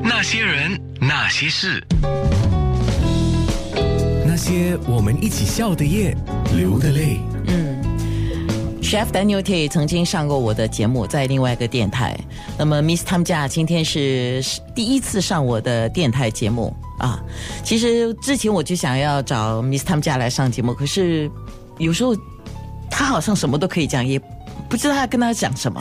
那些人，那些事，那些我们一起笑的夜，流的泪。 Chef Daniel T 也曾经上过我的节目，在另外一个电台。那么 Miss Tam 家今天是第一次上我的电台节目啊。其实之前我就想要找 Miss Tam 家来上节目，可是有时候他好像什么都可以讲，也不知道他跟他讲什么。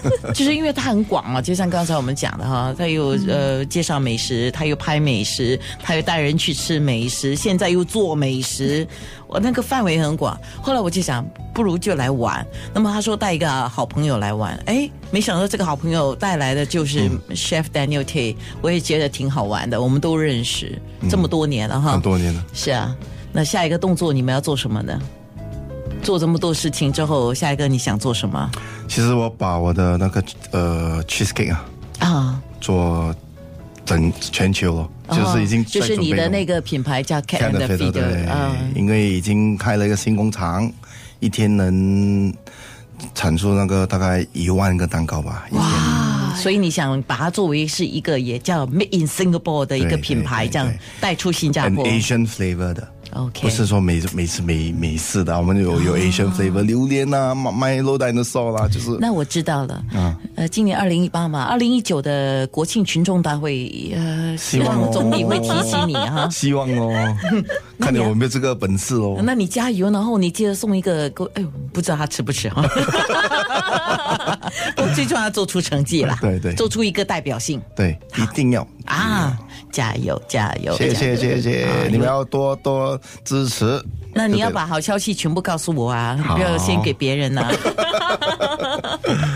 就是因为他很广啊嘛，就像刚才我们讲的哈，他有嗯呃介绍美食，他又拍美食，他又带人去吃美食，现在又做美食，我那个范围很广。后来我就想，不如就来玩。那么他说带一个好朋友来玩，哎，没想到这个好朋友带来的就是嗯 Chef Daniel T，、我也觉得挺好玩的，我们都认识这么多年了哈，嗯很多年了。是啊，那下一个动作你们要做什么呢？做这么多事情之后，下一个你想做什么其实我把我的那个呃 cheesecake 啊，啊？做整全球了，就是已经哦就在是准备你的了那个品牌叫 Cat and Cat and the Fiddle，对 Feeder 啊，因为已经开了一个新工厂，一天能产出那个大概一万个蛋糕吧。一天啊啊所以你想把它作为是一个也叫 Made in Singapore 的一个对品牌，对对这样对带出新加，an 坡。 Asian flavor 的。 OK 不是说美美式美美式的啊，我们有有 Asian flavor，榴莲啊，麦麦 low 蛋的 s 啦，就是哦那我知道了。啊呃，今年二零一八嘛，二零一九的国庆群众大会，呃，希希望望哦。总理会提起你啊哈希 望哦，看你有没有这个本事哦。啊那你啊加油，然后你记得送一个给我，哎呦，不知道他吃不吃哈。 不过最重要要做出成绩啦， 对对做出一个代表性对，一定要啊！加油，加油！嗯谢加油谢啊谢谢，你们要多多支持。那你要对不对把好消息全部告诉我啊，不要先给别人 啊。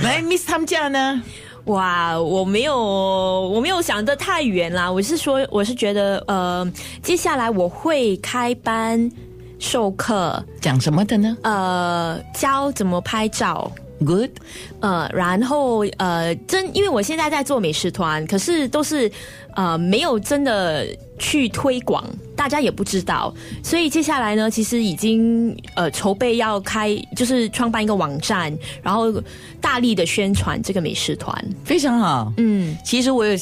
来，Miss 他们家呢？哇，我没有，我没有想得太远啦。我是说，我是觉得，呃，接下来我会开班授课，讲什么的呢呃，教怎么拍照。 ？Good，呃，然后呃，真因为我现在在做美食团，可是都是呃没有真的去推广，大家也不知道，所以接下来呢，其实已经呃筹备要开，就是创办一个网站，然后大力的宣传这个美食团。非常好。嗯，其实我有。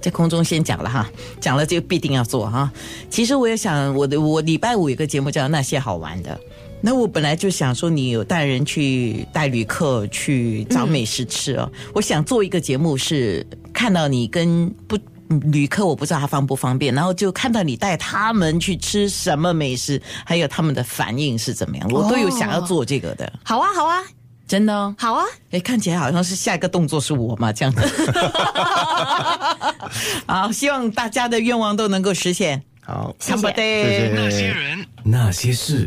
在空中先讲了哈，讲了就必定要做哈。其实我也想，我的我礼拜五有个节目叫《那些好玩的》，那我本来就想说，你有带人去带旅客去找美食吃哦。我想做一个节目是看到你跟不嗯旅客，我不知道他方不方便，然后就看到你带他们去吃什么美食，还有他们的反应是怎么样，我都有想要做这个的，好啊，好啊，哦真的、哦。好啊，哎，看起来好像是下一个动作是我嘛， 这样。 好，希望大家的愿望都能够实现。好，谢谢干巴爹谢谢那些人。那些事。